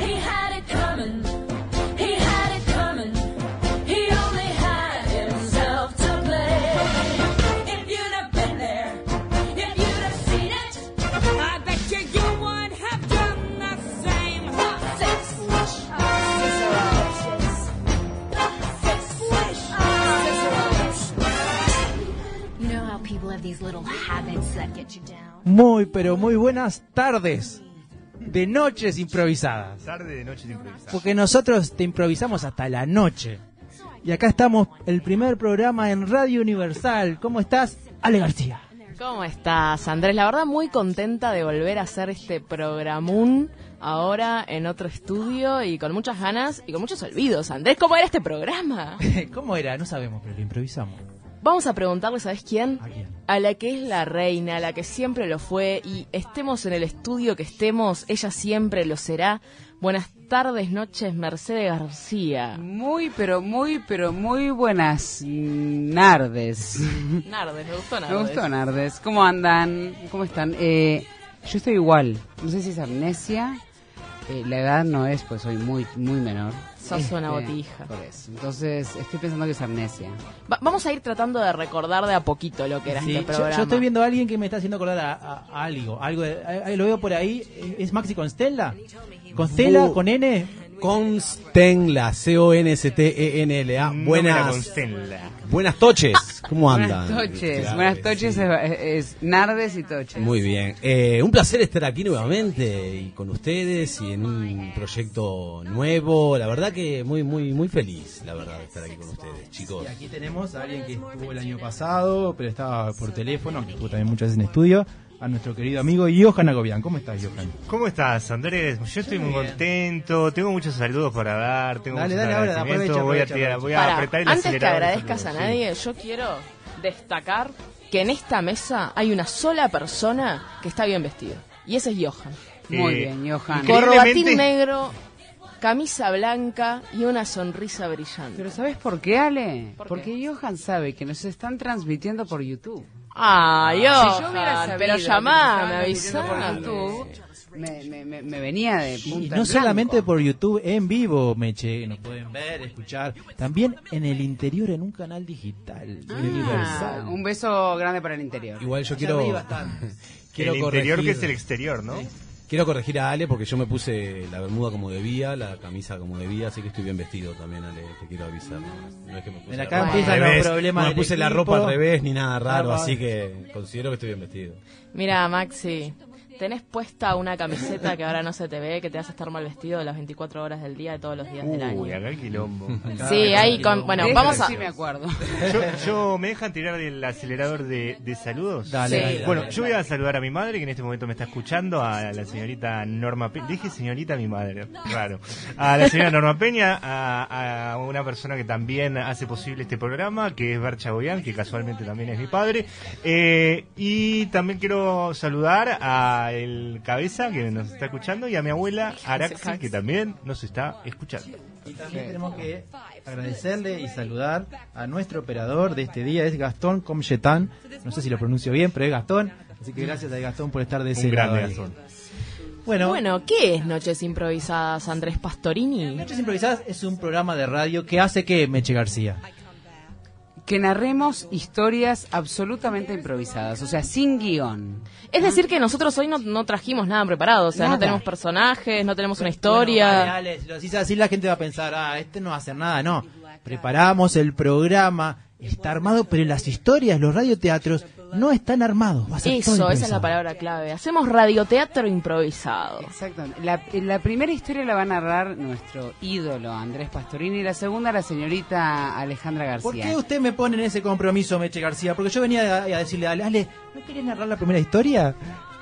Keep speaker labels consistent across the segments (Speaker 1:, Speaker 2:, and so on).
Speaker 1: He had it coming. He had it coming. He only had himself to blame. If you'd have been there, if you'd have seen it, I bet you you would have done the same. Six swish, six swish,
Speaker 2: You know how people have these little habits that get you down.
Speaker 3: Muy, pero muy buenas tardes de noches improvisadas.
Speaker 4: Tarde de noche de improvisar.
Speaker 3: Porque nosotros te improvisamos hasta la noche. Y acá estamos, el primer programa en Radio Universal. ¿Cómo estás, Ale García?
Speaker 5: ¿Cómo estás, Andrés? La verdad, muy contenta de volver a hacer este programún ahora en otro estudio y con muchas ganas y con muchos olvidos. Andrés, ¿cómo era este programa?
Speaker 3: ¿Cómo era? No sabemos, pero lo improvisamos.
Speaker 5: Vamos a preguntarle, ¿sabes quién?
Speaker 3: ¿A quién?
Speaker 5: A la que es la reina, a la que siempre lo fue y estemos en el estudio que estemos, ella siempre lo será. Buenas tardes, noches, Mercedes García.
Speaker 6: Muy, pero muy, pero muy buenas Nardes.
Speaker 5: Nardes, me gustó
Speaker 6: Me
Speaker 5: Nardes.
Speaker 6: gustó Nardes. ¿Cómo andan? ¿Cómo están? Eh, yo estoy igual. No sé si es amnesia. Eh, la edad no es, pues soy muy, muy menor. Este,
Speaker 5: Sos una botija.
Speaker 6: por eso. Entonces, estoy pensando que es amnesia.
Speaker 5: Va- vamos a ir tratando de recordar de a poquito lo que era
Speaker 3: Sí,
Speaker 5: este
Speaker 3: yo,
Speaker 5: programa.
Speaker 3: yo estoy viendo a alguien que me está haciendo acordar a, a- a algo. algo de- a- a- lo veo por ahí. ¿Es Maxi Constella? ¿Constella
Speaker 7: Bu-
Speaker 3: con N?
Speaker 7: Constenla, E C-O-N-S-T-E-N-L-A.
Speaker 4: Buena
Speaker 7: Buenas,
Speaker 4: Constella.
Speaker 7: buenas toches. ¿Cómo andan?
Speaker 6: Buenas toches.
Speaker 7: Claro
Speaker 6: buenas
Speaker 7: que
Speaker 6: toches
Speaker 7: sí.
Speaker 6: es, es Nardes y Toches.
Speaker 7: Muy bien. Eh, un placer estar aquí nuevamente y con ustedes y en un proyecto nuevo. La verdad que muy, muy, muy feliz, la verdad, de estar aquí con ustedes, chicos.
Speaker 3: Y aquí tenemos a alguien que estuvo el año pasado, pero estaba por teléfono, que estuvo también muchas veces en estudio, a nuestro querido amigo Johan Agobián. ¿Cómo estás, Johan?
Speaker 4: ¿Cómo estás, Andrés? Yo estoy muy
Speaker 3: bien.
Speaker 4: contento, tengo muchos saludos para dar, tengo
Speaker 3: Dale,
Speaker 4: muchos
Speaker 3: dale, ahora,
Speaker 4: agradecimientos,
Speaker 3: aprovecha,
Speaker 4: voy a,
Speaker 3: aprovecha,
Speaker 4: tirar- voy a
Speaker 5: Pará,
Speaker 4: apretar el
Speaker 5: antes que
Speaker 4: acelerador de
Speaker 5: agradezcas a
Speaker 4: saludos,
Speaker 5: nadie, yo quiero destacar que en esta mesa hay una sola persona que está bien vestida. Y ese es Johan.
Speaker 4: sí.
Speaker 6: Muy
Speaker 4: Eh,
Speaker 6: bien, Johan.
Speaker 4: increíble.
Speaker 5: Corbatín
Speaker 4: Increíblemente-
Speaker 5: negro, camisa blanca y una sonrisa brillante.
Speaker 6: Pero ¿sabes por qué, Ale?
Speaker 5: ¿Por qué?
Speaker 6: Porque Johan sabe que nos están transmitiendo por YouTube.
Speaker 5: Ah,
Speaker 6: Si yo hubiera
Speaker 5: Johan,
Speaker 6: sabido
Speaker 5: pero
Speaker 6: que
Speaker 5: llamame,
Speaker 6: me estaban
Speaker 5: avisame.
Speaker 6: metiendo por YouTube, me, me- me- me venía de punta
Speaker 3: Y
Speaker 6: en
Speaker 3: no
Speaker 6: blanco.
Speaker 3: solamente por YouTube en vivo, Meche, nos pueden ver, escuchar, también en el interior, en un canal digital,
Speaker 6: Ah,
Speaker 3: universal.
Speaker 6: un beso grande para el interior.
Speaker 7: Igual yo quiero.
Speaker 3: arriba están.
Speaker 7: quiero
Speaker 4: el interior
Speaker 7: corregir-
Speaker 4: que es el exterior, ¿no?
Speaker 7: Quiero corregir a Ale porque yo me puse la bermuda como debía, la camisa como debía, así que estoy bien vestido también, Ale. Te quiero avisar. No es que me puse
Speaker 3: Mira,
Speaker 7: la
Speaker 3: acá
Speaker 7: ropa
Speaker 3: empiezan
Speaker 7: al
Speaker 3: los
Speaker 7: revés,
Speaker 3: problemas
Speaker 7: No me
Speaker 3: del
Speaker 7: puse la
Speaker 3: equipo.
Speaker 7: ropa al revés ni nada raro,
Speaker 3: Ah,
Speaker 7: así
Speaker 3: va.
Speaker 7: que considero que estoy bien vestido.
Speaker 5: Mira, Maxi, tenés puesta una camiseta que ahora no se te ve, que te hace estar mal vestido las 24 horas del día de todos los días del año.
Speaker 4: Uy, acá el quilombo.
Speaker 5: Sí, ahí con... Bueno,
Speaker 6: De eso
Speaker 5: vamos a...
Speaker 6: Sí, me acuerdo.
Speaker 4: yo, yo- ¿Me dejan tirar del acelerador de, de saludos?
Speaker 3: Dale,
Speaker 5: Sí.
Speaker 3: dale, dale.
Speaker 4: Bueno, yo voy a saludar a mi madre, que en este momento me está escuchando, a la señorita Norma Peña. Dije señorita a mi madre, raro. A la señora Norma Peña, a, a una persona que también hace posible este programa, que es Bercha Goyán, que casualmente también es mi padre. Eh, y también quiero saludar a el Cabeza, que nos está escuchando, y a mi abuela Araxi, que también nos está escuchando.
Speaker 3: Y también tenemos que agradecerle y saludar a nuestro operador de este día, es Gastón Comchetan. No sé si lo pronuncio bien, pero es Gastón. Así que gracias a Gastón por estar de ese
Speaker 4: Un
Speaker 3: lado
Speaker 4: grande
Speaker 3: ahí.
Speaker 4: Gastón.
Speaker 3: Bueno,
Speaker 5: Bueno, ¿qué es Noches Improvisadas, Andrés Pastorini?
Speaker 3: Noches Improvisadas es un programa de radio que hace que Meche García.
Speaker 6: Que narremos historias absolutamente improvisadas, o sea, sin guión.
Speaker 5: Es decir, que nosotros hoy no, no trajimos nada preparado, o sea, no
Speaker 6: Nada.
Speaker 5: tenemos personajes, no tenemos una
Speaker 3: Bueno,
Speaker 5: historia.
Speaker 3: vale, dale, si lo decís así la gente va a pensar, ah, este no va a hacer nada, no. Preparamos el programa, está armado, pero las historias, los radioteatros no están armados. Va a ser
Speaker 5: Eso, esa
Speaker 3: todo
Speaker 5: es la
Speaker 3: improvisado.
Speaker 5: palabra clave. Hacemos radioteatro improvisado.
Speaker 6: Exactamente. La, la primera historia la va a narrar nuestro ídolo Andrés Pastorini y la segunda la señorita Alejandra
Speaker 3: ¿Por
Speaker 6: García.
Speaker 3: qué usted me pone en ese compromiso, Meche García? Porque yo venía a, a decirle, a Ale, Ale, ¿no querés narrar la primera historia?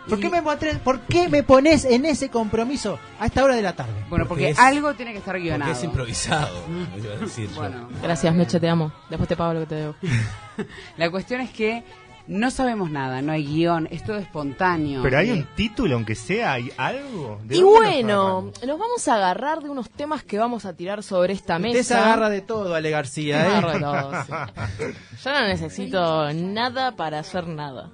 Speaker 8: ¿Por qué, me pones, ¿Por qué me pones en ese compromiso a esta hora de la tarde?
Speaker 6: Bueno, porque,
Speaker 7: Porque es-
Speaker 6: algo tiene que estar
Speaker 7: Porque
Speaker 6: guionado.
Speaker 7: es improvisado.
Speaker 3: Mm.
Speaker 7: iba a decir yo.
Speaker 6: Bueno,
Speaker 5: Gracias, Meche, te amo. Después te pago lo que te debo.
Speaker 6: la cuestión es que no sabemos nada, no hay guión, es todo espontáneo.
Speaker 4: Pero hay
Speaker 6: Eh,
Speaker 4: un título, aunque sea, hay algo. ¿De
Speaker 5: Y
Speaker 4: dónde nos
Speaker 5: bueno,
Speaker 4: agarramos?
Speaker 5: nos vamos a agarrar de unos temas que vamos a tirar sobre esta mesa.
Speaker 3: Usted se agarra de todo, Ale García, ¿eh?
Speaker 5: Agarro de todo, sí. Yo no necesito nada para hacer nada.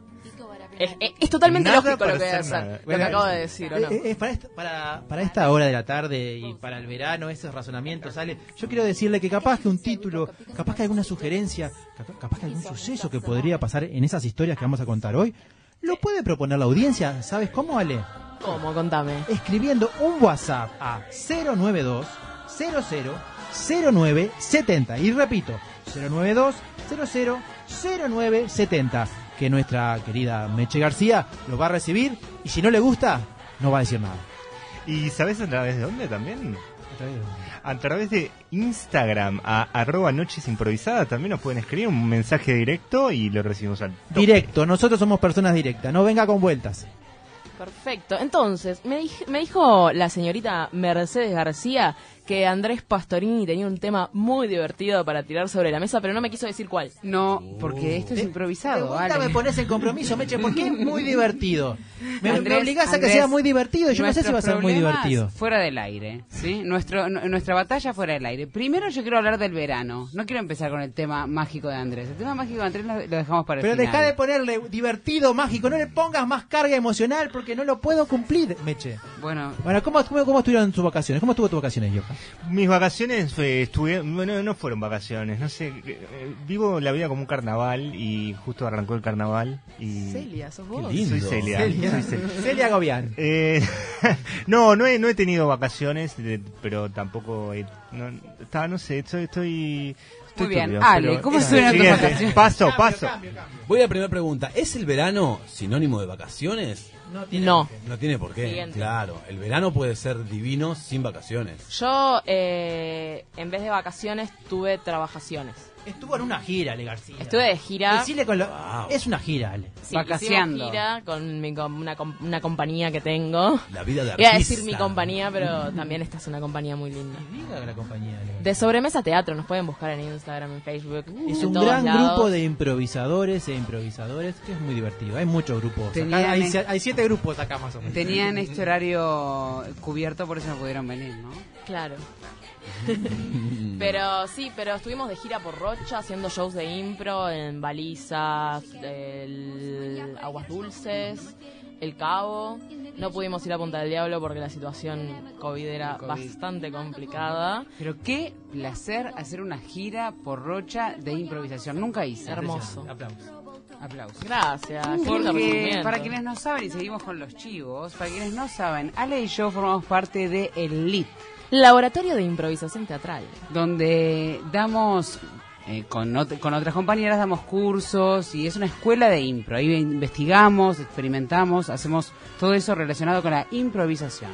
Speaker 5: Es, es- es totalmente
Speaker 4: Nada
Speaker 5: lógico
Speaker 4: para
Speaker 5: lo que voy a
Speaker 4: hacer
Speaker 5: hacer,
Speaker 4: nada.
Speaker 5: lo
Speaker 3: Bueno,
Speaker 5: que acabo de decir, ¿o no?
Speaker 3: Eh, eh, para, esta, para, para esta hora de la tarde y para el verano, esos razonamientos, Ale, yo quiero decirle que capaz que un título, capaz que alguna sugerencia, capa- capaz que algún suceso que podría pasar en esas historias que vamos a contar hoy, lo puede proponer la audiencia. ¿Sabes cómo, Ale?
Speaker 5: ¿Cómo? Contame.
Speaker 3: Escribiendo un WhatsApp a 092 00 09 70. Y repito, 092 00 09 70. Que nuestra querida Meche García lo va a recibir y si no le gusta, no va a decir nada.
Speaker 4: ¿Y sabes a través de dónde también?
Speaker 3: Otra vez.
Speaker 4: A través de Instagram, a arroba noches improvisadas, también nos pueden escribir un mensaje directo y lo recibimos al toque.
Speaker 3: Directo, nosotros somos personas directas, no venga con vueltas.
Speaker 5: Perfecto. Entonces, me, dij- me dijo la señorita Mercedes García que Andrés Pastorini tenía un tema muy divertido para tirar sobre la mesa, pero no me quiso decir cuál.
Speaker 6: No,
Speaker 3: Oh.
Speaker 6: porque esto es
Speaker 3: De
Speaker 6: improvisado.
Speaker 3: vuelta
Speaker 6: Ale.
Speaker 3: ¿Eh? me pones en compromiso, Meche, porque es muy divertido. Me, me
Speaker 6: Andrés,
Speaker 3: obligás a que
Speaker 6: Andrés,
Speaker 3: sea muy divertido y yo no sé si va a
Speaker 6: nuestros
Speaker 3: ser muy
Speaker 6: problemas
Speaker 3: divertido.
Speaker 6: Fuera del aire, ¿sí? Nuestro, nu- nuestra batalla fuera del aire. Primero yo quiero hablar del verano. No quiero empezar con el tema mágico de Andrés. El tema mágico de Andrés lo, lo dejamos para el
Speaker 3: Pero
Speaker 6: final.
Speaker 3: deja de ponerle divertido, mágico, no le pongas más carga emocional porque no lo puedo cumplir, Meche.
Speaker 6: Bueno,
Speaker 3: Bueno, ¿cómo, cómo, cómo estuvieron tus vacaciones? ¿Cómo estuvo tus vacaciones, Yoka?
Speaker 4: Mis vacaciones fue, estuve, bueno, no fueron vacaciones, no sé, eh, vivo la vida como un carnaval y justo arrancó el carnaval y...
Speaker 5: Celia, sos
Speaker 7: Qué
Speaker 5: vos.
Speaker 7: lindo.
Speaker 4: Soy Celia. soy Celia.
Speaker 3: Celia Gobián.
Speaker 4: Eh, no, no he, no he tenido vacaciones, de- pero tampoco. he- no, está, no sé, estoy. estoy, estoy
Speaker 6: bien.
Speaker 4: turbio,
Speaker 6: Ale,
Speaker 4: pero- eh,
Speaker 6: ¿cómo estuvieron tus
Speaker 4: Siguiente.
Speaker 6: vacaciones?
Speaker 4: Paso, paso.
Speaker 7: Voy a la primera pregunta. ¿Es el verano sinónimo de vacaciones?
Speaker 5: No.
Speaker 7: No tiene por qué.
Speaker 5: Siguiente.
Speaker 7: Claro, el verano puede ser divino sin vacaciones.
Speaker 5: Yo, eh, en vez de vacaciones, tuve trabajaciones.
Speaker 3: Estuvo en una gira, Ale García.
Speaker 5: Estuve de gira.
Speaker 3: Decile con lo-
Speaker 7: Wow.
Speaker 3: Es una gira, Ale.
Speaker 5: Sí, hicimos
Speaker 6: Vacaceando.
Speaker 5: gira con mi com- una, com- una compañía que tengo.
Speaker 7: La vida de
Speaker 5: Voy
Speaker 7: artista.
Speaker 5: a decir mi compañía, pero también esta es una compañía muy linda.
Speaker 3: Diga la compañía, Ale.
Speaker 5: De Sobremesa Teatro, nos pueden buscar en Instagram, en Facebook.
Speaker 3: Uh, Es
Speaker 5: en
Speaker 3: un
Speaker 5: todos
Speaker 3: gran
Speaker 5: lados.
Speaker 3: grupo de improvisadores e improvisadores que es muy divertido. Hay muchos grupos. Acá
Speaker 6: Tenían
Speaker 3: hay,
Speaker 6: es-
Speaker 3: se- hay siete grupos acá más o menos.
Speaker 6: tenían este horario cubierto, por eso no pudieron venir, ¿no?
Speaker 5: Claro. pero sí, pero estuvimos de gira por Rocha haciendo shows de impro en Balizas, el Aguas Dulces, El Cabo. No pudimos ir a Punta del Diablo porque la situación COVID era
Speaker 6: COVID.
Speaker 5: bastante complicada.
Speaker 6: Pero qué placer hacer una gira por Rocha de improvisación. Nunca hice.
Speaker 5: Hermoso.
Speaker 3: Aplausos.
Speaker 6: Aplausos.
Speaker 5: Gracias. qué lindo
Speaker 6: Porque
Speaker 5: recibimiento.
Speaker 6: para quienes no saben, y seguimos con los chivos, para quienes no saben, Ale y yo formamos parte de Elite,
Speaker 5: Laboratorio de Improvisación Teatral.
Speaker 6: donde damos, eh, con, ot- con otras compañeras damos cursos y es una escuela de impro. Ahí investigamos, experimentamos, hacemos todo eso relacionado con la improvisación.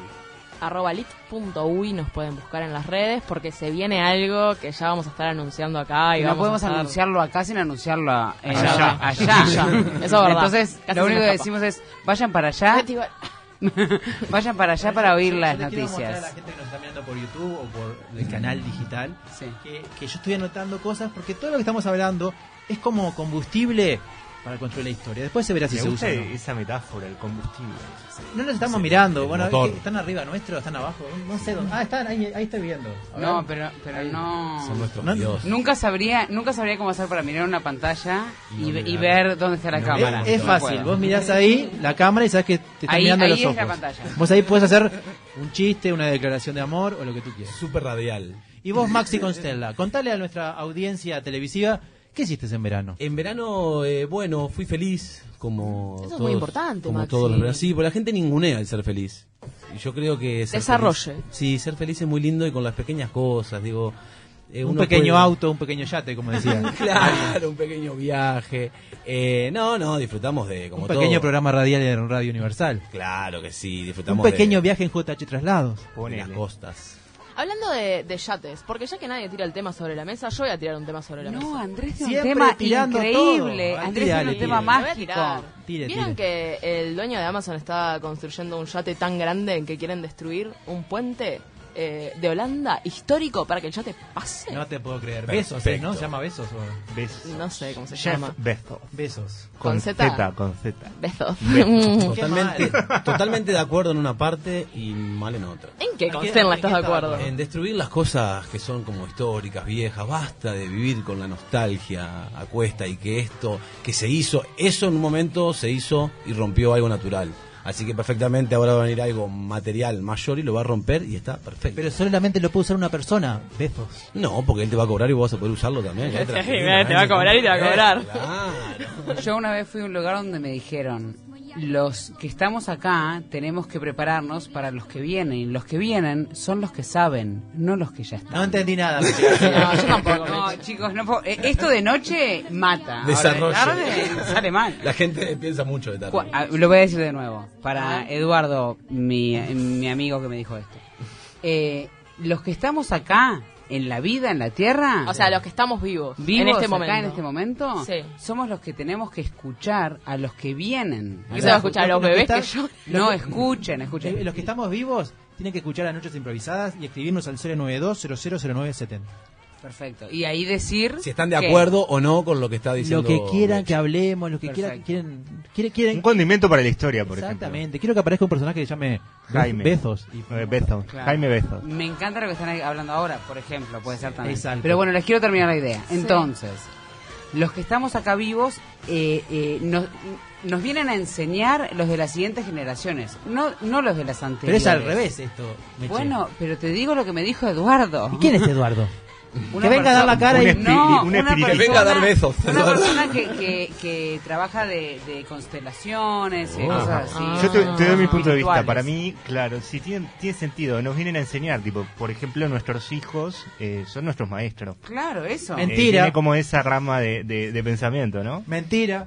Speaker 5: arroba lit.uy nos pueden buscar en las redes porque se viene algo que ya vamos a estar anunciando acá y
Speaker 6: no
Speaker 5: vamos
Speaker 6: podemos
Speaker 5: a estar-
Speaker 6: anunciarlo acá sin anunciarlo a- eh,
Speaker 4: Allá.
Speaker 6: allá.
Speaker 5: Allá. Eso es verdad.
Speaker 6: Entonces,
Speaker 5: Casi se
Speaker 6: lo
Speaker 5: me
Speaker 6: único que
Speaker 5: escapa.
Speaker 6: decimos es, vayan para allá,
Speaker 5: Digo,
Speaker 6: vayan para allá para oír
Speaker 3: Yo- yo
Speaker 6: las
Speaker 3: le quiero mostrar a la
Speaker 6: noticias.
Speaker 3: gente que nos está mirando por YouTube o por el canal digital
Speaker 6: Sí.
Speaker 3: que, que yo estoy anotando cosas porque todo lo que estamos hablando es como combustible para construir la historia. Después se verá si
Speaker 4: Me
Speaker 3: se usa.
Speaker 4: gusta
Speaker 3: o no.
Speaker 4: esa metáfora, el combustible.
Speaker 3: No nos estamos mirando.
Speaker 7: el
Speaker 3: Bueno,
Speaker 7: motor.
Speaker 3: es que están arriba nuestro, están abajo. No sé dónde. Ah, están ahí, ahí estoy viendo. A ver.
Speaker 6: No, pero, pero no.
Speaker 7: Son nuestros
Speaker 3: No,
Speaker 7: dioses.
Speaker 6: Nunca sabría, nunca sabría cómo hacer para mirar una pantalla y,
Speaker 7: No,
Speaker 6: ve- y
Speaker 7: mira.
Speaker 6: ver dónde está la
Speaker 7: No,
Speaker 6: cámara.
Speaker 3: Es, es
Speaker 6: No
Speaker 3: fácil,
Speaker 6: puedo.
Speaker 3: vos mirás ahí la cámara y sabes que te están
Speaker 6: Ahí-
Speaker 3: mirando
Speaker 6: ahí
Speaker 3: los
Speaker 6: es la
Speaker 3: ojos.
Speaker 6: pantalla.
Speaker 3: Vos ahí puedes hacer un chiste, una declaración de amor o lo que tú quieras.
Speaker 7: Super radial.
Speaker 3: Y vos, Maxi Constella, contale a nuestra audiencia televisiva qué hiciste en verano.
Speaker 7: En verano, eh, bueno, fui feliz como
Speaker 5: Eso es muy importante,
Speaker 7: como
Speaker 5: Maxi.
Speaker 7: todos los veranos. Sí, porque la gente ningunea el ser feliz. Y yo creo que ser
Speaker 5: Desarrolle.
Speaker 7: feliz- sí, ser feliz es muy lindo y con las pequeñas cosas, digo. eh,
Speaker 3: un
Speaker 7: uno
Speaker 3: pequeño
Speaker 7: puede-
Speaker 3: auto, un pequeño yate, como decía.
Speaker 7: Claro, un pequeño viaje. Eh, no, no, disfrutamos de como
Speaker 3: un pequeño
Speaker 7: todo.
Speaker 3: programa radial en Radio Universal.
Speaker 7: Claro que sí, disfrutamos
Speaker 3: un pequeño
Speaker 7: de,
Speaker 3: viaje en JH Traslados.
Speaker 7: de las
Speaker 4: Ponele.
Speaker 7: costas.
Speaker 5: Hablando de, de yates, porque ya que nadie tira el tema sobre la mesa, yo voy a tirar un tema sobre la
Speaker 6: No,
Speaker 5: mesa.
Speaker 6: Andrés tiene un
Speaker 3: Siempre
Speaker 6: tema
Speaker 3: tirando
Speaker 6: increíble.
Speaker 3: todo. Ah,
Speaker 6: Andrés
Speaker 3: tirale,
Speaker 6: tiene
Speaker 3: tirale.
Speaker 6: un tema
Speaker 5: La
Speaker 3: Lo
Speaker 5: voy a
Speaker 6: mágico.
Speaker 5: tirar.
Speaker 3: Tire,
Speaker 5: ¿Vieron que el dueño de Amazon está construyendo un yate tan grande que quieren destruir un puente eh, de Holanda histórico para que el yate pase?
Speaker 3: No te puedo creer.
Speaker 7: Perfecto.
Speaker 3: Besos, ¿eh? ¿no? ¿Se llama besos? o-
Speaker 4: Besos.
Speaker 5: No sé cómo se
Speaker 4: Jeff
Speaker 5: llama.
Speaker 4: Bezos.
Speaker 3: Besos.
Speaker 5: Con Z.
Speaker 4: Con Z.
Speaker 5: Besos. Mm,
Speaker 7: Totalmente, totalmente de acuerdo en una parte y mal en otra.
Speaker 5: ¿En qué,
Speaker 3: ¿En qué-
Speaker 5: Constella,
Speaker 3: en
Speaker 5: estás
Speaker 3: qué
Speaker 5: de
Speaker 3: estaba?
Speaker 5: acuerdo?
Speaker 7: En destruir las cosas que son como históricas, viejas, basta de vivir con la nostalgia a cuesta y que esto que se hizo, eso en un momento se hizo y rompió algo natural. Así que perfectamente ahora va a venir algo material mayor y lo va a romper y está perfecto.
Speaker 3: Pero solamente lo puede usar una persona. Besos.
Speaker 7: no, porque él te va a cobrar y vos vas a poder usarlo también. ¿eh? ya la
Speaker 5: Sí,
Speaker 7: tenés,
Speaker 5: mira, te va a cobrar y te va a
Speaker 7: Eh,
Speaker 5: cobrar.
Speaker 7: Claro.
Speaker 6: Yo una vez fui a un lugar donde me dijeron, los que estamos acá tenemos que prepararnos para los que vienen. y Los que vienen son los que saben, no los que ya están.
Speaker 3: No entendí nada.
Speaker 5: No, yo tampoco.
Speaker 6: No, chicos, no puedo- eh, esto de noche mata. Ahora de
Speaker 7: Desarrollo.
Speaker 6: tarde sale mal.
Speaker 7: La gente piensa mucho de tarde.
Speaker 6: Cu- ah, Lo voy a decir de nuevo, para Eduardo, mi, mi amigo que me dijo esto. Eh, los que estamos acá, en la vida, en la tierra,
Speaker 5: O sea, los que estamos vivos,
Speaker 6: vivos
Speaker 5: en este
Speaker 6: acá
Speaker 5: momento.
Speaker 6: en este momento,
Speaker 5: Sí.
Speaker 6: somos los que tenemos que escuchar a los que vienen.
Speaker 5: ¿Qué se va a escuchar?
Speaker 3: Lo-
Speaker 5: ¿Los
Speaker 3: lo que
Speaker 5: bebés
Speaker 3: está-
Speaker 5: que yo?
Speaker 6: No, escuchen, escuchen.
Speaker 3: Eh, Los que estamos vivos tienen que escuchar las noches improvisadas y escribirnos al 092 000970
Speaker 6: Perfecto. Y ahí decir.
Speaker 7: Si están de
Speaker 6: que-
Speaker 7: acuerdo o no con lo que está
Speaker 3: Lo
Speaker 7: diciendo.
Speaker 3: que quieran
Speaker 7: Meche.
Speaker 3: que hablemos, lo que quieran
Speaker 6: Perfecto.
Speaker 3: que quieren, quieren, quieren-
Speaker 4: Un condimento para la historia, por
Speaker 3: Exactamente. Quiero que aparezca un personaje que se llame Be-
Speaker 4: ejemplo. Jaime.
Speaker 3: Bezos. Y-
Speaker 4: Eh, Bezos.
Speaker 6: Claro.
Speaker 4: Jaime Bezos.
Speaker 6: Me encanta lo que están hablando ahora, por ejemplo, puede ser también.
Speaker 3: exacto.
Speaker 6: Pero bueno, les quiero terminar la idea. Entonces, los que estamos acá vivos eh, eh, nos, nos vienen a enseñar los de las siguientes generaciones, no, no los de las
Speaker 3: Pero
Speaker 6: anteriores.
Speaker 3: es al revés esto. Meche.
Speaker 6: Bueno, pero te digo lo que me dijo Eduardo.
Speaker 3: ¿Y quién es Eduardo?
Speaker 6: Una
Speaker 3: que venga a dar la
Speaker 6: persona-
Speaker 3: cara y...
Speaker 4: Un espiri- un espiri-
Speaker 7: Que venga a dar besos.
Speaker 6: Una persona que, que, que trabaja de, de constelaciones y
Speaker 7: Oh.
Speaker 6: cosas así.
Speaker 4: Yo te, te doy mi punto de vista.
Speaker 6: Espirituales.
Speaker 4: Para mí, claro, si tiene, tiene sentido, nos vienen a enseñar, tipo, por ejemplo, nuestros hijos eh, son nuestros maestros. Eh,
Speaker 6: Claro, eso.
Speaker 3: Mentira.
Speaker 4: tiene como esa rama de, de- de pensamiento, ¿no?
Speaker 3: Mentira.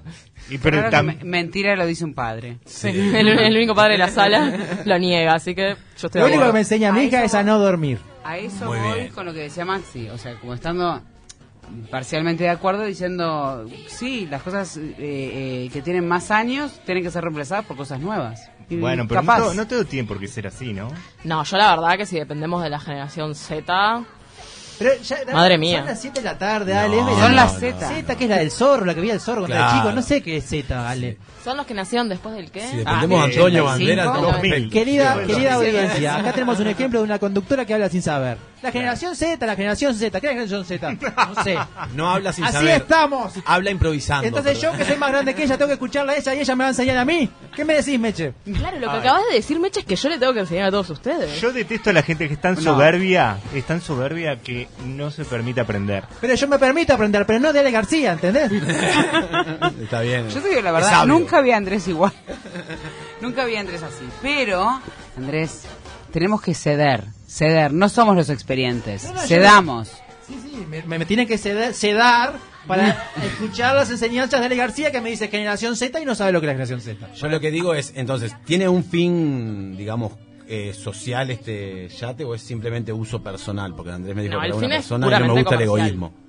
Speaker 4: Y pero
Speaker 6: Claro que
Speaker 4: tam-
Speaker 6: me- mentira lo dice un padre.
Speaker 5: El, el único padre de la sala lo niega, así que yo estoy de
Speaker 3: Lo único que
Speaker 5: acuerdo.
Speaker 3: me enseña mi
Speaker 6: Ahí
Speaker 3: hija es a
Speaker 6: somos-
Speaker 3: no dormir.
Speaker 6: A eso
Speaker 7: Muy
Speaker 6: voy
Speaker 7: bien.
Speaker 6: con lo que decía Maxi, o sea, como estando parcialmente de acuerdo, diciendo, sí, las cosas eh, eh, que tienen más años tienen que ser reemplazadas por cosas nuevas. Y
Speaker 4: Bueno, pero
Speaker 6: capaz.
Speaker 4: no, todo- no todo tiene por qué ser así, ¿no?
Speaker 5: No, yo la verdad que si dependemos de la generación Z,
Speaker 3: Pero ya-
Speaker 5: Madre mía.
Speaker 3: Son las 7 de la tarde,
Speaker 7: No,
Speaker 3: Ale. es
Speaker 7: son
Speaker 3: verano.
Speaker 6: las Zeta.
Speaker 3: Zeta, que es la del zorro, la que veía el zorro cuando era
Speaker 7: Claro.
Speaker 3: chico. No sé qué es Zeta, Ale.
Speaker 5: son los que nacieron después del qué?
Speaker 7: Si dependemos
Speaker 4: Ah,
Speaker 7: de
Speaker 6: 85,
Speaker 7: Antonio Bandera, estamos
Speaker 4: 2000.
Speaker 7: perfectos.
Speaker 3: Querida,
Speaker 7: Sí, bueno.
Speaker 3: querida audiencia, acá tenemos un ejemplo de una conductora que habla sin saber. La generación Z, la generación Z, ¿qué es la generación Z? No sé.
Speaker 7: No habla sin
Speaker 3: Así
Speaker 7: saber.
Speaker 3: estamos.
Speaker 7: Habla improvisando.
Speaker 3: Entonces yo
Speaker 7: perdón.
Speaker 3: que soy más grande que ella tengo que escucharla a ella y ella me va a enseñar a mí. ¿Qué me decís, Meche?
Speaker 5: Claro, lo que
Speaker 4: A ver.
Speaker 5: acabas de decir, Mecha, es que yo le tengo que enseñar a todos ustedes.
Speaker 4: Yo detesto a la gente que es tan soberbia, es tan soberbia que no se permite aprender.
Speaker 3: Pero yo me permito aprender, pero no de Ale García, ¿entendés?
Speaker 7: Está bien.
Speaker 6: Yo te digo la
Speaker 7: Es
Speaker 6: verdad,
Speaker 7: sabio.
Speaker 6: nunca vi a Andrés igual. nunca vi a Andrés así. Pero, Andrés, tenemos que ceder, ceder. No somos los experientes,
Speaker 3: No, no, yo-
Speaker 6: cedamos.
Speaker 3: Sí, sí, me, me- me tienen que ceder, sedar para escuchar las enseñanzas de Ale García que me dice generación Z y no sabe lo que es la generación Z.
Speaker 7: Yo lo que digo es, entonces, ¿tiene un fin, digamos, eh, social este yate o es simplemente uso personal? Porque Andrés me dijo
Speaker 5: No,
Speaker 7: que
Speaker 5: el
Speaker 7: era
Speaker 5: fin
Speaker 7: una
Speaker 5: es
Speaker 7: persona y no me
Speaker 5: puramente
Speaker 7: gusta el
Speaker 5: comercial.
Speaker 7: egoísmo.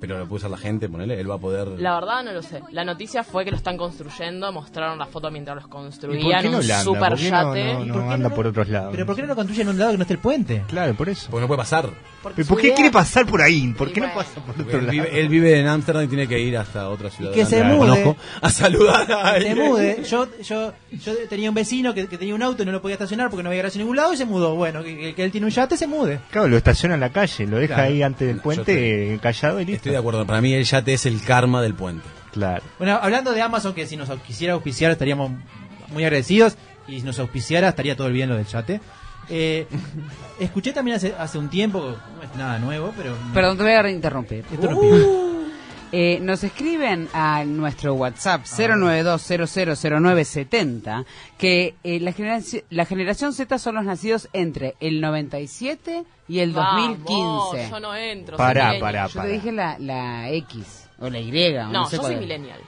Speaker 7: Pero lo puede usar la gente, ponele, él va a poder...
Speaker 5: La verdad no lo sé. La noticia fue que lo están construyendo, mostraron la foto mientras los
Speaker 4: ¿Y por
Speaker 5: construían,
Speaker 4: qué no
Speaker 5: un
Speaker 4: la anda?
Speaker 5: super
Speaker 4: ¿Por qué no,
Speaker 5: yate.
Speaker 4: no-
Speaker 3: ¿Y
Speaker 4: no
Speaker 3: por qué
Speaker 4: anda
Speaker 3: no-
Speaker 4: por otros lados?
Speaker 3: Pero ¿por qué no lo construyen en un lado que no esté el puente?
Speaker 4: Claro, por eso.
Speaker 7: Porque no puede pasar.
Speaker 5: Porque
Speaker 4: ¿Pero
Speaker 5: su
Speaker 4: por qué
Speaker 5: idea-
Speaker 4: quiere pasar por ahí? ¿Por
Speaker 5: Y
Speaker 4: qué no
Speaker 5: bueno.
Speaker 4: pasa por
Speaker 7: Porque
Speaker 4: otro
Speaker 7: él
Speaker 4: lado?
Speaker 7: vive, él vive en Ámsterdam y tiene que ir hasta otra ciudad.
Speaker 3: que se
Speaker 7: grande
Speaker 3: mude.
Speaker 7: conozco, a saludar a
Speaker 3: Se
Speaker 7: él.
Speaker 3: mude. Yo, yo, yo tenía un vecino que, que tenía un auto y no lo podía estacionar porque no había gracia en ningún lado y se mudó. Bueno, que, que- que él tiene un yate, se mude.
Speaker 4: Claro, lo estaciona en la calle, lo deja
Speaker 3: Claro.
Speaker 4: ahí antes del
Speaker 7: No, yo
Speaker 4: puente, eh, callado y listo.
Speaker 7: Estoy de acuerdo, para mí el yate es el karma del puente.
Speaker 4: Claro.
Speaker 3: Bueno, hablando de Amazon, que si nos quisiera auspiciar estaríamos muy agradecidos y si nos auspiciara estaría todo el bien lo del yate. Eh, escuché también hace, hace un tiempo, no es nada nuevo, pero...
Speaker 6: Perdón, te voy a interrumpir.
Speaker 3: Esto no pide.
Speaker 6: Eh, nos escriben a nuestro WhatsApp
Speaker 3: Ah.
Speaker 6: 092000970 que eh, la, generación, la generación Z son los nacidos entre el 97 y el
Speaker 5: Vamos,
Speaker 6: 2015.
Speaker 5: Yo no entro. soy
Speaker 4: Pará,
Speaker 5: millennial.
Speaker 4: pará,
Speaker 6: Yo te dije
Speaker 4: pará.
Speaker 6: la, la X o la Y. o
Speaker 5: No,
Speaker 6: No, sé
Speaker 5: yo
Speaker 6: cuál
Speaker 5: soy
Speaker 6: es.
Speaker 5: millennial.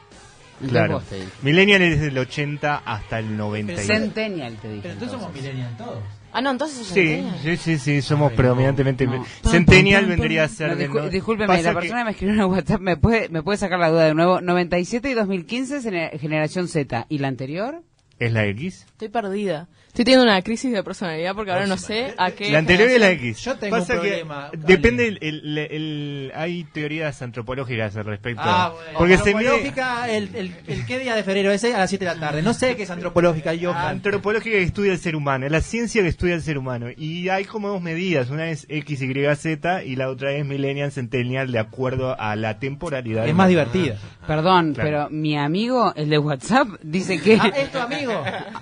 Speaker 6: Entonces
Speaker 4: Claro.
Speaker 6: vos te dije.
Speaker 4: Millennial es del 80 hasta el 90. y-
Speaker 6: Centennial te dije.
Speaker 3: Pero entonces somos millennials todos.
Speaker 5: Ah, no, entonces es
Speaker 4: Sí,
Speaker 5: centennial.
Speaker 4: sí, sí, sí, somos predominantemente.
Speaker 6: no.
Speaker 4: Centennial vendría a ser
Speaker 6: No,
Speaker 4: del
Speaker 6: discu-
Speaker 4: no-
Speaker 6: discúlpeme,
Speaker 4: Pasa
Speaker 6: la
Speaker 4: que-
Speaker 6: persona que me escribió en el WhatsApp, ¿me puede, ¿me puede sacar la duda de nuevo? 97 y 2015 es gener- generación Z. ¿Y la anterior?
Speaker 4: ¿Es la X?
Speaker 5: Estoy perdida. Estoy teniendo una crisis de personalidad porque ahora no sé a qué.
Speaker 4: La anterior es la
Speaker 5: generación-
Speaker 4: X.
Speaker 3: Yo tengo
Speaker 4: Pasa
Speaker 3: un
Speaker 4: que
Speaker 3: problema, Ale.
Speaker 4: depende, el, el- el- hay teorías antropológicas al respecto.
Speaker 3: Ah, bueno.
Speaker 4: Porque se mide...
Speaker 3: antropológica, el, el, el qué día de febrero ese a las 7 de la tarde. No sé qué es antropológica, yo.
Speaker 4: Antropológica que estudia el ser humano, es la ciencia que estudia el ser humano. Y hay como dos medidas, una es X, Y, Z y la otra es Millennial Centennial de acuerdo a la temporalidad.
Speaker 3: es más divertida.
Speaker 6: Perdón,
Speaker 4: Claro.
Speaker 6: pero mi amigo, el de WhatsApp, dice que...
Speaker 3: Ah, es tu amigo.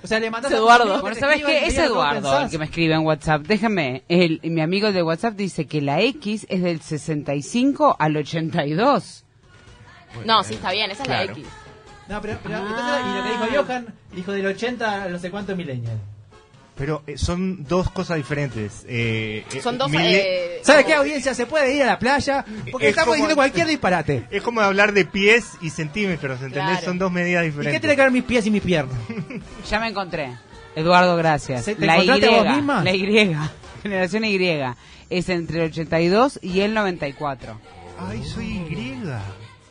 Speaker 3: O sea, le mandas
Speaker 5: Es Eduardo.
Speaker 6: Bueno, ¿sabes qué? Es Eduardo el que me escribe en WhatsApp. Déjame, el, mi amigo de WhatsApp dice que la X es del 65 al 82.
Speaker 5: No, sí, está bien, esa es
Speaker 4: Claro.
Speaker 5: la X.
Speaker 3: No, pero, pero entonces, y lo
Speaker 6: Ah.
Speaker 3: que dijo Johan, dijo del 80 a no sé cuánto millennial.
Speaker 4: Pero eh, son dos cosas diferentes. Eh, eh,
Speaker 5: Son dos.
Speaker 4: mille-
Speaker 5: eh,
Speaker 3: ¿Sabes
Speaker 5: como-
Speaker 3: qué audiencia? Se puede ir a la playa porque
Speaker 4: Es
Speaker 3: estamos
Speaker 4: como-
Speaker 3: diciendo cualquier disparate.
Speaker 4: Es como hablar de pies y centímetros, ¿entendés?
Speaker 5: Claro.
Speaker 4: Son dos medidas
Speaker 3: ¿Y
Speaker 4: diferentes.
Speaker 3: qué tiene que ver mis pies y mis piernas?
Speaker 6: Ya me encontré. Eduardo, gracias.
Speaker 3: ¿Se- te
Speaker 6: la Y,
Speaker 3: encontraste vos misma?
Speaker 6: la Y, generación Y, es entre el 82 y el 94.
Speaker 4: Ay, soy Y.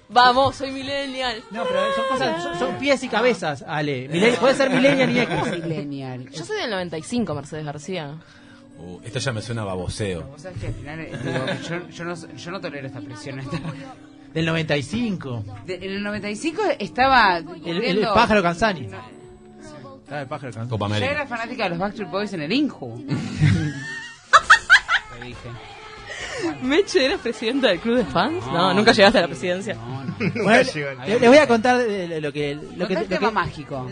Speaker 5: Vamos, soy millennial.
Speaker 3: No, pero son cosas, son, son pies y cabezas, Ale. Milen- puede ser millennial y X.
Speaker 6: Millennial.
Speaker 5: Yo soy del 95, Mercedes García.
Speaker 7: Uh, esto ya me suena a baboseo.
Speaker 6: Vos sabés que al final, eh, digo, yo, yo no, yo no tolero esta presión. este- esta-
Speaker 3: Del 95.
Speaker 6: De- en el 95 estaba...
Speaker 3: El, el
Speaker 6: viendo-
Speaker 3: pájaro Canzani. Ah, el pájaro Canzani.
Speaker 7: Copa
Speaker 6: Yo
Speaker 7: América.
Speaker 6: era fanática de los Backstreet Boys en el Inju. Te dije.
Speaker 5: ¿Meche eras presidenta del club de fans? No, nunca llegaste a la presidencia.
Speaker 6: No, no.
Speaker 4: Nunca
Speaker 3: Bueno,
Speaker 4: llegan.
Speaker 3: le, le voy a contar eh, lo que, lo que,
Speaker 6: Contá
Speaker 3: lo
Speaker 6: el
Speaker 3: que-
Speaker 6: tema mágico.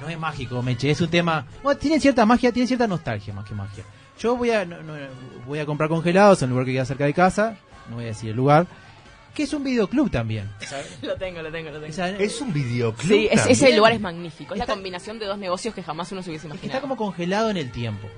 Speaker 3: no es mágico, Meche, es un tema. Bueno, tiene cierta magia, tiene cierta nostalgia más que magia. Yo voy a no, no, voy a comprar congelados en un lugar que queda cerca de casa, no voy a decir el lugar, que es un videoclub también.
Speaker 5: Lo tengo, lo tengo, lo
Speaker 3: O
Speaker 5: tengo.
Speaker 3: sea,
Speaker 4: Es un videoclub.
Speaker 5: Sí, es-
Speaker 4: también.
Speaker 5: ese lugar es magnífico. Es la
Speaker 3: Está-
Speaker 5: combinación de dos negocios que jamás uno se hubiese imaginado.
Speaker 3: está como congelado en el tiempo.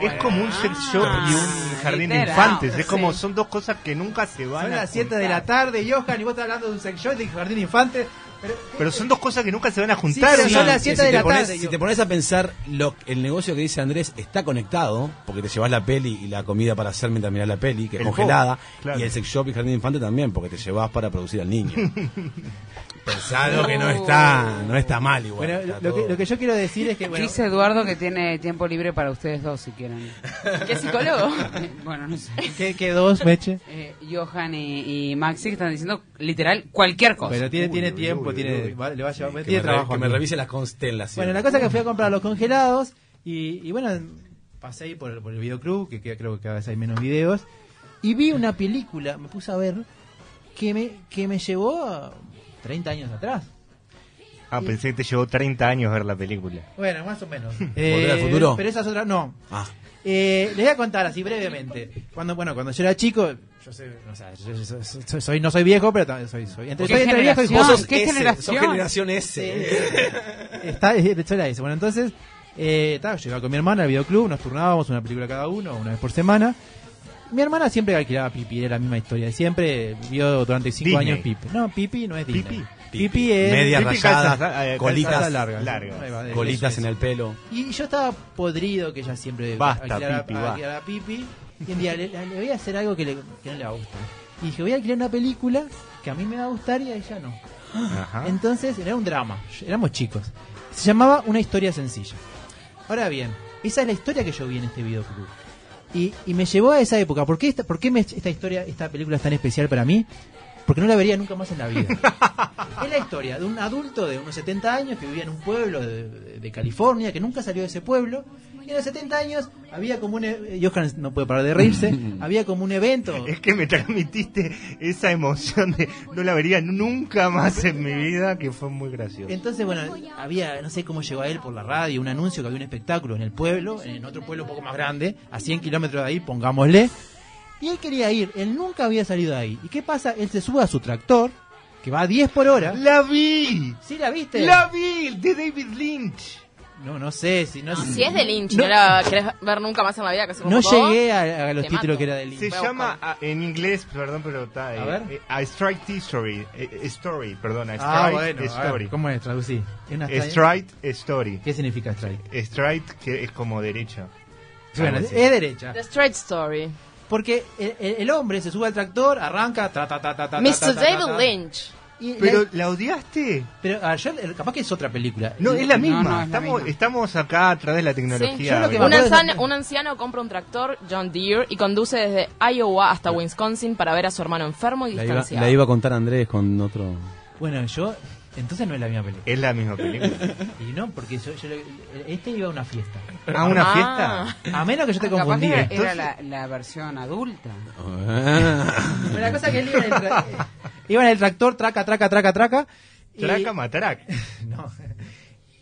Speaker 4: Es como un sex shop
Speaker 3: Ah,
Speaker 4: y un jardín de
Speaker 6: literal.
Speaker 4: infantes. Es como, son dos cosas que nunca se van
Speaker 3: Son
Speaker 4: a
Speaker 3: las 7 de la
Speaker 4: juntar.
Speaker 3: tarde, Johan, y vos estás hablando de un sex shop de jardín de infantes. Pero,
Speaker 4: Pero son dos cosas que nunca se van a juntar.
Speaker 3: pero
Speaker 4: ¿o
Speaker 3: son
Speaker 4: no?
Speaker 3: las siete
Speaker 7: si
Speaker 3: de
Speaker 7: te
Speaker 3: la
Speaker 7: pones,
Speaker 3: tarde,
Speaker 7: si
Speaker 3: yo.
Speaker 7: te pones a pensar, lo- el negocio que dice Andrés está conectado, porque te llevas la peli y la comida para hacer mientras mirás la peli, que es
Speaker 4: El
Speaker 7: congelada,
Speaker 4: pop, claro.
Speaker 7: y el sex shop y jardín de infante también, porque te llevas para producir al niño. Pensado que no está, no está mal igual.
Speaker 3: bueno,
Speaker 7: está
Speaker 3: lo que,
Speaker 7: todo-
Speaker 3: lo que yo quiero decir es que. Bueno,
Speaker 6: Dice Eduardo que tiene tiempo libre para ustedes dos, si quieren.
Speaker 5: ¿Qué psicólogo?
Speaker 6: Eh, bueno, no sé.
Speaker 3: ¿qué, qué dos, Meche?
Speaker 6: Eh, Johan y, y Maxi que están diciendo literal cualquier cosa.
Speaker 3: Pero tiene, tiene tiempo,
Speaker 4: uy,
Speaker 3: tiene,
Speaker 4: uy.
Speaker 3: va- le va a llevar,
Speaker 7: que
Speaker 3: tiene
Speaker 7: me, re-
Speaker 3: trabajo.
Speaker 7: que me
Speaker 3: aquí.
Speaker 7: revise las constelaciones.
Speaker 3: Bueno, la cosa es que fui a comprar los congelados y, y bueno, pasé ahí por el, por el videoclub, que, que creo que cada vez hay menos videos, y vi una película, me puse a ver, que me, que me llevó a 30 años atrás.
Speaker 4: Ah, pensé que te llevó 30 años ver la película.
Speaker 3: Bueno, más o menos.
Speaker 7: ¿Volver al futuro?
Speaker 3: Eh, Pero esas otras, no.
Speaker 7: Ah,
Speaker 3: Eh, les voy a contar así brevemente. Cuando, bueno, cuando yo era chico, yo sé, o sea, yo- yo- yo- soy- soy- no soy viejo, pero también soy, soy entre,
Speaker 6: ¿Qué
Speaker 3: soy entre viejo y
Speaker 6: generación?
Speaker 3: joven.
Speaker 6: ¿Qué
Speaker 7: ese,
Speaker 6: generación?
Speaker 7: sos generación S.
Speaker 3: Está, de hecho era eso. Bueno, entonces, eh, ta, yo iba con mi hermana al videoclub, nos turnábamos una película cada uno, una vez por semana. Mi hermana siempre alquilaba Pipi, era la misma historia. de Siempre vio durante cinco
Speaker 4: Disney.
Speaker 3: años Pipi. No, Pipi no es Disney.
Speaker 4: Pipi.
Speaker 3: Pipi es...
Speaker 7: Medias
Speaker 4: Pipi
Speaker 7: rayadas,
Speaker 4: calzas, eh, calzas
Speaker 7: colitas
Speaker 3: largas.
Speaker 4: largas.
Speaker 3: Ahí va, eso,
Speaker 7: Colitas
Speaker 3: eso.
Speaker 7: en el pelo.
Speaker 3: Y yo estaba podrido que ella siempre
Speaker 4: Basta,
Speaker 3: alquilara,
Speaker 7: Pipi, basta.
Speaker 3: alquilara Pipi. Y un día le, le voy a hacer algo que, le- que no le va a gustar. Y dije, voy a alquilar una película que a mí me va a gustar y a ella no.
Speaker 4: Ajá.
Speaker 3: Entonces era un drama, éramos chicos. Se llamaba Una historia sencilla. Ahora bien, esa es la historia que yo vi en este videoclub. Y, y me llevó a esa época. ¿Por qué, esta, por qué me- esta historia, esta película es tan especial para mí? Porque no la vería nunca más en la vida. es la historia de un adulto de unos 70 años que vivía en un pueblo de, de- de California, que nunca salió de ese pueblo. Y en los 70 años había como un... e- Johan no puede parar de reírse. había como un evento.
Speaker 4: Es que me transmitiste esa emoción de no la vería nunca más en mi vida, que fue muy gracioso.
Speaker 3: Entonces, bueno, había, no sé cómo llegó a él por la radio, un anuncio que había un espectáculo en el pueblo, en otro pueblo un poco más grande, a 100 kilómetros de ahí, pongámosle. Y él quería ir, él nunca había salido de ahí. ¿Y qué pasa? Él se sube a su tractor, que va a 10 por hora.
Speaker 4: ¡La vi!
Speaker 3: ¿Sí la viste?
Speaker 4: ¡La vi! De David Lynch.
Speaker 3: No, no sé, si no,
Speaker 5: Si es de Lynch, no, la querés ver nunca más en la vida que se
Speaker 3: no
Speaker 5: convocó.
Speaker 3: llegué a, a los
Speaker 5: Te
Speaker 3: títulos
Speaker 5: mato.
Speaker 3: que era de Lynch.
Speaker 4: Se
Speaker 5: Voy a
Speaker 4: llama a- en inglés, perdón, pero está. eh,
Speaker 3: A ver.
Speaker 4: eh, a Strike Story. eh, story, perdón. A Strike
Speaker 3: Ah, bueno, a ver,
Speaker 4: Story.
Speaker 3: ¿cómo es? Traducí. ¿Es una strike?
Speaker 4: Strike Story.
Speaker 3: ¿Qué significa strike?
Speaker 4: Strike, que es como derecha.
Speaker 3: Bueno,
Speaker 7: Algo
Speaker 3: es
Speaker 7: así.
Speaker 3: derecha.
Speaker 5: The Straight Story.
Speaker 3: Porque el, el- el hombre se sube al tractor, arranca, ta, ta, ta, ta, ta, ta,
Speaker 5: Mr.
Speaker 3: ta, ta,
Speaker 5: David
Speaker 3: ta.
Speaker 5: Lynch.
Speaker 3: Y la-
Speaker 4: Pero la odiaste.
Speaker 3: pero ah, yo- eh, capaz que es otra película.
Speaker 4: No,
Speaker 7: eh.
Speaker 4: es la
Speaker 6: No,
Speaker 4: misma.
Speaker 6: no, es la
Speaker 4: estamos,
Speaker 6: misma.
Speaker 4: estamos acá a través de la tecnología.
Speaker 5: Sí.
Speaker 3: Yo lo que
Speaker 4: ¿verdad?
Speaker 5: Un
Speaker 3: me acuerdo
Speaker 5: anciano,
Speaker 3: es-
Speaker 5: un anciano compra un tractor John Deere y conduce desde Iowa hasta Wisconsin para ver a su hermano enfermo y
Speaker 7: La iba,
Speaker 5: distanciado.
Speaker 7: la iba a contar Andrés con otro.
Speaker 3: Bueno, yo. Entonces no es la misma película.
Speaker 4: Es la misma película.
Speaker 3: Y no, porque yo- yo le- este iba a una fiesta.
Speaker 4: ¿A una
Speaker 5: Ah.
Speaker 4: fiesta?
Speaker 3: A menos que yo te
Speaker 6: Capaz
Speaker 3: confundí.
Speaker 6: que era,
Speaker 3: Entonces-
Speaker 6: era la, la versión adulta.
Speaker 3: Pero la cosa que él iba en el, tra- eh. iba en el tractor, traca, traca, traca, traca. y-
Speaker 4: Traca matarac.
Speaker 3: No.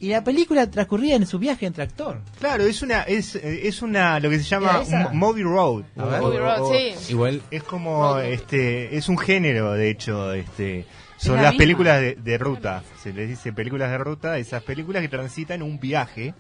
Speaker 3: Y la película transcurría en su viaje en tractor.
Speaker 4: Claro, es una, es, eh, es una, lo que se llama
Speaker 3: Era esa.
Speaker 4: un Movie Road.
Speaker 3: A ver.
Speaker 5: Abbey Road, sí.
Speaker 7: Igual,
Speaker 4: Es como, este, es un género, de hecho, este, son
Speaker 6: la
Speaker 4: las
Speaker 6: misma.
Speaker 4: películas de, de ruta. Se les dice películas de ruta, esas películas que transitan un viaje.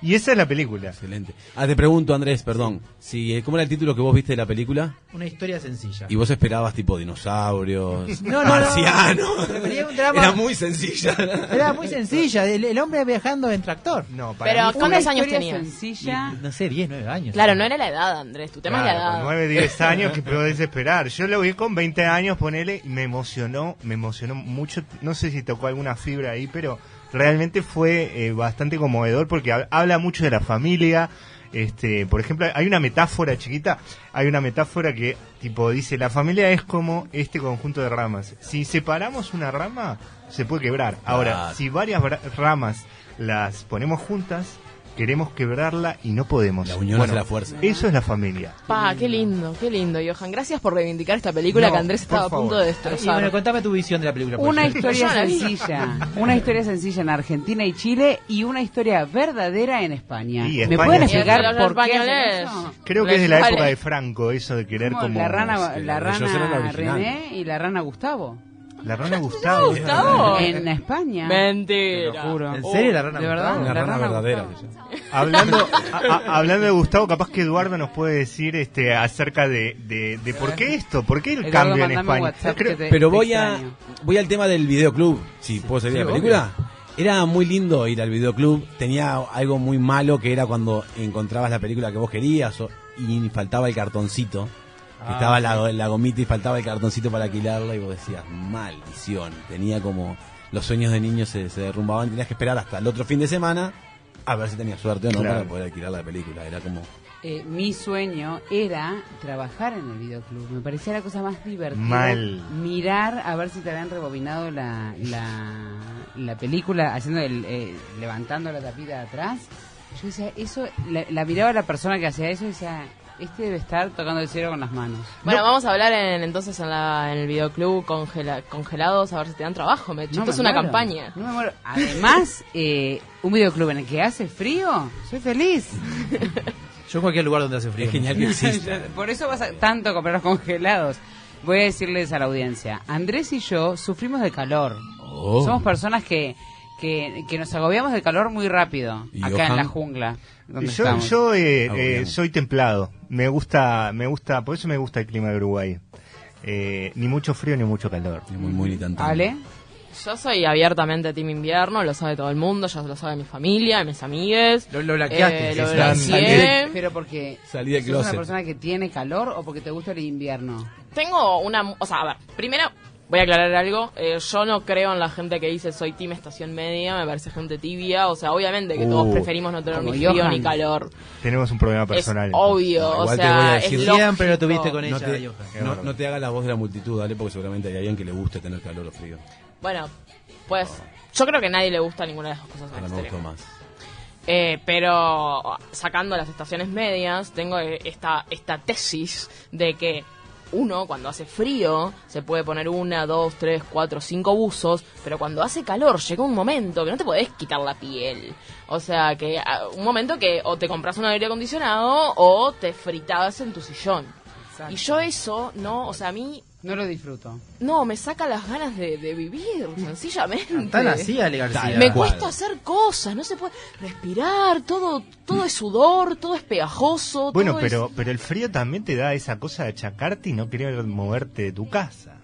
Speaker 4: Y esa es la película.
Speaker 7: excelente. Ah, te pregunto, Andrés, perdón. Si, eh, ¿Cómo era el título que vos viste de la película?
Speaker 3: Una historia sencilla.
Speaker 7: Y vos esperabas tipo dinosaurios,
Speaker 3: No, no, no.
Speaker 7: marcianos.
Speaker 3: Pero quería un drama.
Speaker 7: Era muy sencilla.
Speaker 3: Era muy sencilla. El, el hombre viajando en tractor.
Speaker 4: No, para
Speaker 5: Pero
Speaker 4: mí fue-
Speaker 5: ¿cuántos
Speaker 6: Una
Speaker 5: años
Speaker 6: historia
Speaker 5: tenía?
Speaker 6: sencilla.
Speaker 3: No sé, 10, 9 años.
Speaker 5: Claro, no era la edad, Andrés. Tu tema es la
Speaker 4: Claro,
Speaker 5: edad.
Speaker 4: con 9, 10 años que puedo desesperar. Yo lo vi con 20 años, ponele, y me emocionó, me emocionó mucho. No sé si tocó alguna fibra ahí, pero realmente fue eh, bastante conmovedor porque hab- habla mucho de la familia. Este, por ejemplo, hay una metáfora chiquita, hay una metáfora que tipo dice, la familia es como este conjunto de ramas. Si separamos una rama, se puede quebrar. Ahora,
Speaker 7: Claro.
Speaker 4: si varias bra- ramas las ponemos juntas, queremos quebrarla y no podemos.
Speaker 7: La unión hace la fuerza.
Speaker 4: Eso es la familia.
Speaker 5: Pa, qué lindo, qué lindo, Johan. Gracias por reivindicar esta película
Speaker 4: No,
Speaker 5: que Andrés
Speaker 4: por
Speaker 5: estaba a punto
Speaker 4: favor.
Speaker 5: de
Speaker 3: Y bueno,
Speaker 5: destrozar.
Speaker 3: contame tu visión de la película. por
Speaker 6: Una
Speaker 3: favor.
Speaker 6: historia
Speaker 5: Yo la vi.
Speaker 6: sencilla. Una historia sencilla en Argentina y Chile y una historia verdadera en España.
Speaker 4: Y
Speaker 6: ¿Me
Speaker 4: España
Speaker 6: pueden
Speaker 4: sí.
Speaker 5: Y
Speaker 6: explicar
Speaker 5: el
Speaker 6: por qué
Speaker 5: español
Speaker 6: hacen
Speaker 5: es-
Speaker 6: eso?
Speaker 4: Creo que es de la
Speaker 5: Vale.
Speaker 4: época de Franco, eso de querer
Speaker 6: Como
Speaker 4: como...
Speaker 6: la rana,
Speaker 7: sí,
Speaker 6: la
Speaker 7: ellos eran la
Speaker 6: rana
Speaker 7: original.
Speaker 6: René y la rana Gustavo.
Speaker 4: La rana Gustavo.
Speaker 5: Gustavo? Oh.
Speaker 6: En España. Te
Speaker 5: Mentira.
Speaker 6: lo juro.
Speaker 3: ¿En serio la rana
Speaker 6: ¿De verdad?
Speaker 3: Gustavo?
Speaker 7: La rana verdadera.
Speaker 6: Gustavo.
Speaker 4: hablando, a- a- hablando de Gustavo, capaz que Eduardo nos puede decir este acerca de, de, de por qué esto, por qué el
Speaker 6: Eduardo,
Speaker 4: cambio
Speaker 6: mandame
Speaker 4: en
Speaker 6: un
Speaker 4: España.
Speaker 6: WhatsApp
Speaker 4: Creo-
Speaker 6: que te-
Speaker 7: Pero
Speaker 6: te
Speaker 7: voy a
Speaker 6: extraño.
Speaker 7: voy al tema del videoclub, si puedo salir de la película. Era muy lindo ir al videoclub, tenía algo muy malo que era cuando encontrabas la película que vos querías o- y faltaba el cartoncito.
Speaker 3: Ah,
Speaker 7: estaba
Speaker 3: sí.
Speaker 7: la, la gomita y faltaba el cartoncito para alquilarla y vos decías, maldición. Tenía como los sueños de niños se, se derrumbaban, tenías que esperar hasta el otro fin de semana a ver si tenías suerte o no
Speaker 4: Claro.
Speaker 7: para poder alquilar la película. Era como...
Speaker 6: Eh, mi sueño era trabajar en el videoclub. Me parecía la cosa más divertida.
Speaker 4: Mal.
Speaker 6: Mirar a ver si te habían rebobinado la, la, la película, haciendo el, eh, levantando la tapita de atrás. Yo decía, eso, la, la miraba la persona que hacía eso y decía, este debe estar tocando el cielo con las manos.
Speaker 5: Bueno, vamos a hablar en- entonces en, la, en el videoclub congela- congelados a ver si te dan trabajo, Mechi.
Speaker 6: No
Speaker 5: Esto
Speaker 6: me
Speaker 5: es una
Speaker 6: muero.
Speaker 5: campaña.
Speaker 6: No me muero. Además, eh, un videoclub en el que hace frío, soy feliz.
Speaker 3: Yo en cualquier lugar donde hace frío.
Speaker 7: Es genial que exista.
Speaker 6: Por eso vas a tanto a comprar los congelados. Voy a decirles a la audiencia, Andrés y yo sufrimos de calor.
Speaker 7: Oh.
Speaker 6: Somos personas que, que, que nos agobiamos de calor muy rápido,
Speaker 7: ¿Y
Speaker 6: acá
Speaker 7: Johan?
Speaker 6: en la jungla. Donde
Speaker 4: Yo,
Speaker 6: estamos.
Speaker 4: yo eh,
Speaker 7: Ah,
Speaker 4: eh,
Speaker 7: bien.
Speaker 4: soy templado. Me gusta, me gusta, por eso me gusta el clima de Uruguay. Eh, ni mucho frío ni mucho calor.
Speaker 7: Ni Muy, muy ni tan, tan.
Speaker 6: ¿Ale?
Speaker 5: Yo soy abiertamente Team Invierno, lo sabe todo el mundo, ya lo sabe mi familia, mis amigues.
Speaker 3: Lo- lo blaqueaste,
Speaker 5: Eh, lo
Speaker 3: sí,
Speaker 5: blaqueé.
Speaker 6: Pero porque...
Speaker 7: Salí del
Speaker 6: ¿Sos una
Speaker 7: closet.
Speaker 6: persona que tiene calor o porque te gusta el invierno?
Speaker 5: Tengo una... O sea, a ver, primero voy a aclarar algo. Eh, yo no creo en la gente que dice soy Team Estación Media, me parece gente tibia. O sea, obviamente que todos
Speaker 7: Uh,
Speaker 5: preferimos no tener
Speaker 6: como
Speaker 5: ni frío
Speaker 6: Johan.
Speaker 5: ni calor.
Speaker 4: Tenemos un problema personal.
Speaker 5: Es obvio,
Speaker 7: No,
Speaker 5: o
Speaker 7: igual te voy a
Speaker 5: sea, es
Speaker 7: decir-
Speaker 3: Siempre lo
Speaker 5: lógico.
Speaker 3: tuviste con
Speaker 7: No
Speaker 3: ella,
Speaker 7: te,
Speaker 3: Johan.
Speaker 7: no- no te haga la voz de la multitud, dale, porque seguramente hay alguien que le guste tener calor o frío.
Speaker 5: Bueno, pues yo creo que a nadie le gusta ninguna de las dos cosas al
Speaker 7: Ahora me gustó
Speaker 5: extremo.
Speaker 7: más.
Speaker 5: Eh, pero sacando las estaciones medias, tengo eh, esta, esta tesis de que uno, cuando hace frío, se puede poner una, dos, tres, cuatro, cinco buzos, pero cuando hace calor llega un momento que no te podés quitar la piel. O sea, que ah, un momento que o te compras un aire acondicionado o te fritabas en tu sillón. Y yo eso, no, o sea, a mí,
Speaker 6: No lo disfruto.
Speaker 5: no, me saca las ganas de, de vivir, sencillamente.
Speaker 3: Tan así, Ale García.
Speaker 7: Tal
Speaker 5: Me
Speaker 7: cual.
Speaker 5: cuesta hacer cosas, no se puede respirar, todo, todo es sudor, todo es pegajoso.
Speaker 4: Bueno,
Speaker 5: todo es-
Speaker 4: pero, pero el frío también te da esa cosa de achacarte y no querer moverte de tu casa.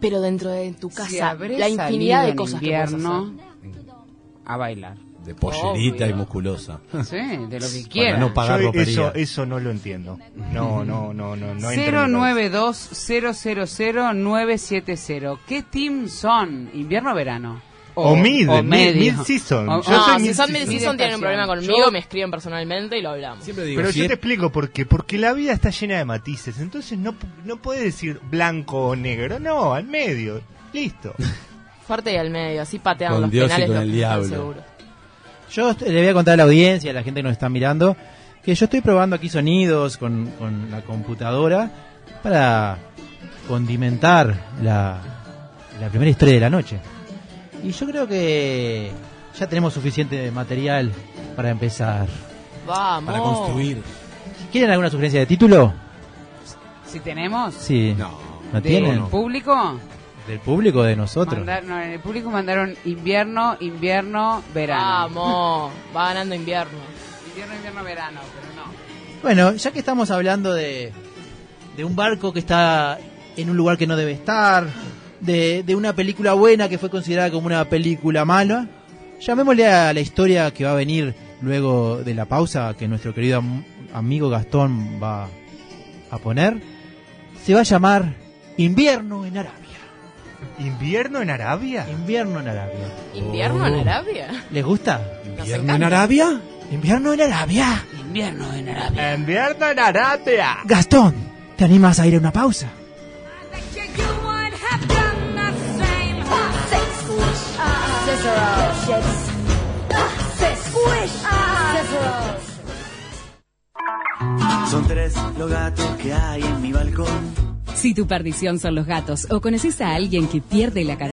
Speaker 5: pero dentro de tu
Speaker 6: Si
Speaker 5: casa,
Speaker 6: habré
Speaker 5: la infinidad
Speaker 6: salido
Speaker 5: de
Speaker 6: en
Speaker 5: cosas que puedes
Speaker 6: invierno
Speaker 5: hacer.
Speaker 6: a bailar.
Speaker 7: de pollerita
Speaker 5: Obvio.
Speaker 7: y musculosa.
Speaker 6: Sí, de lo que
Speaker 7: Para
Speaker 6: quieran.
Speaker 7: no pagar
Speaker 4: Yo
Speaker 7: ropería.
Speaker 4: eso, eso no lo entiendo. No, no, no, no. no entra en mi cabeza.
Speaker 6: 092-000-970. ¿Qué team son? ¿Invierno o verano?
Speaker 4: O mid, mid-
Speaker 6: medio.
Speaker 4: mid-season.
Speaker 6: O- ah,
Speaker 4: Yo
Speaker 5: no,
Speaker 4: soy
Speaker 5: Ah, si
Speaker 4: mid-
Speaker 5: son
Speaker 4: mid-
Speaker 5: mid
Speaker 6: mid-season.
Speaker 5: season tienen un problema conmigo,
Speaker 6: Yo-
Speaker 5: me escriben personalmente y lo hablamos.
Speaker 7: Siempre digo,
Speaker 4: Pero
Speaker 7: si
Speaker 4: yo
Speaker 7: es-
Speaker 4: te explico por qué. Porque la vida está llena de matices. Entonces no, p- no puedes decir blanco o negro. No, al medio. Listo.
Speaker 5: Fuerte y al medio, así patean
Speaker 7: Con
Speaker 5: los
Speaker 7: Dios y
Speaker 5: penales
Speaker 7: con
Speaker 5: los
Speaker 7: el
Speaker 5: que están
Speaker 7: diablo.
Speaker 5: seguros.
Speaker 3: Yo est- le voy a contar a la audiencia, a la gente que nos está mirando, que yo estoy probando aquí sonidos con, con la computadora para condimentar la, la primera historia de la noche. Y yo creo que ya tenemos suficiente material para empezar.
Speaker 5: Vamos.
Speaker 7: para construir.
Speaker 3: ¿Quieren alguna sugerencia de título?
Speaker 6: Si tenemos.
Speaker 3: Sí.
Speaker 7: No.
Speaker 3: ¿No
Speaker 6: ¿Del
Speaker 3: tienen?
Speaker 6: público?
Speaker 3: Del público, de nosotros.
Speaker 6: Mandar- no, en el público mandaron invierno, invierno, verano.
Speaker 5: Vamos. Va ganando invierno.
Speaker 6: Invierno, invierno, verano, pero no.
Speaker 3: Bueno, ya que estamos hablando de, de un barco que está en un lugar que no debe estar, de, de una película buena que fue considerada como una película mala, llamémosle a la historia que va a venir luego de la pausa que nuestro querido am- amigo Gastón va a poner. Se va a llamar Invierno en Arabia.
Speaker 4: ¿Invierno en Arabia?
Speaker 3: Invierno en Arabia.
Speaker 7: Oh.
Speaker 5: ¿Invierno en Arabia?
Speaker 3: ¿Les gusta?
Speaker 7: ¿Invierno en Arabia?
Speaker 3: Invierno en Arabia.
Speaker 6: Invierno en Arabia.
Speaker 4: ¡Invierno en Arabia!
Speaker 3: Gastón, ¿te animas a ir a una pausa?
Speaker 9: Son tres los gatos que hay en mi balcón.
Speaker 10: Si tu perdición son los gatos o conoces a alguien que pierde la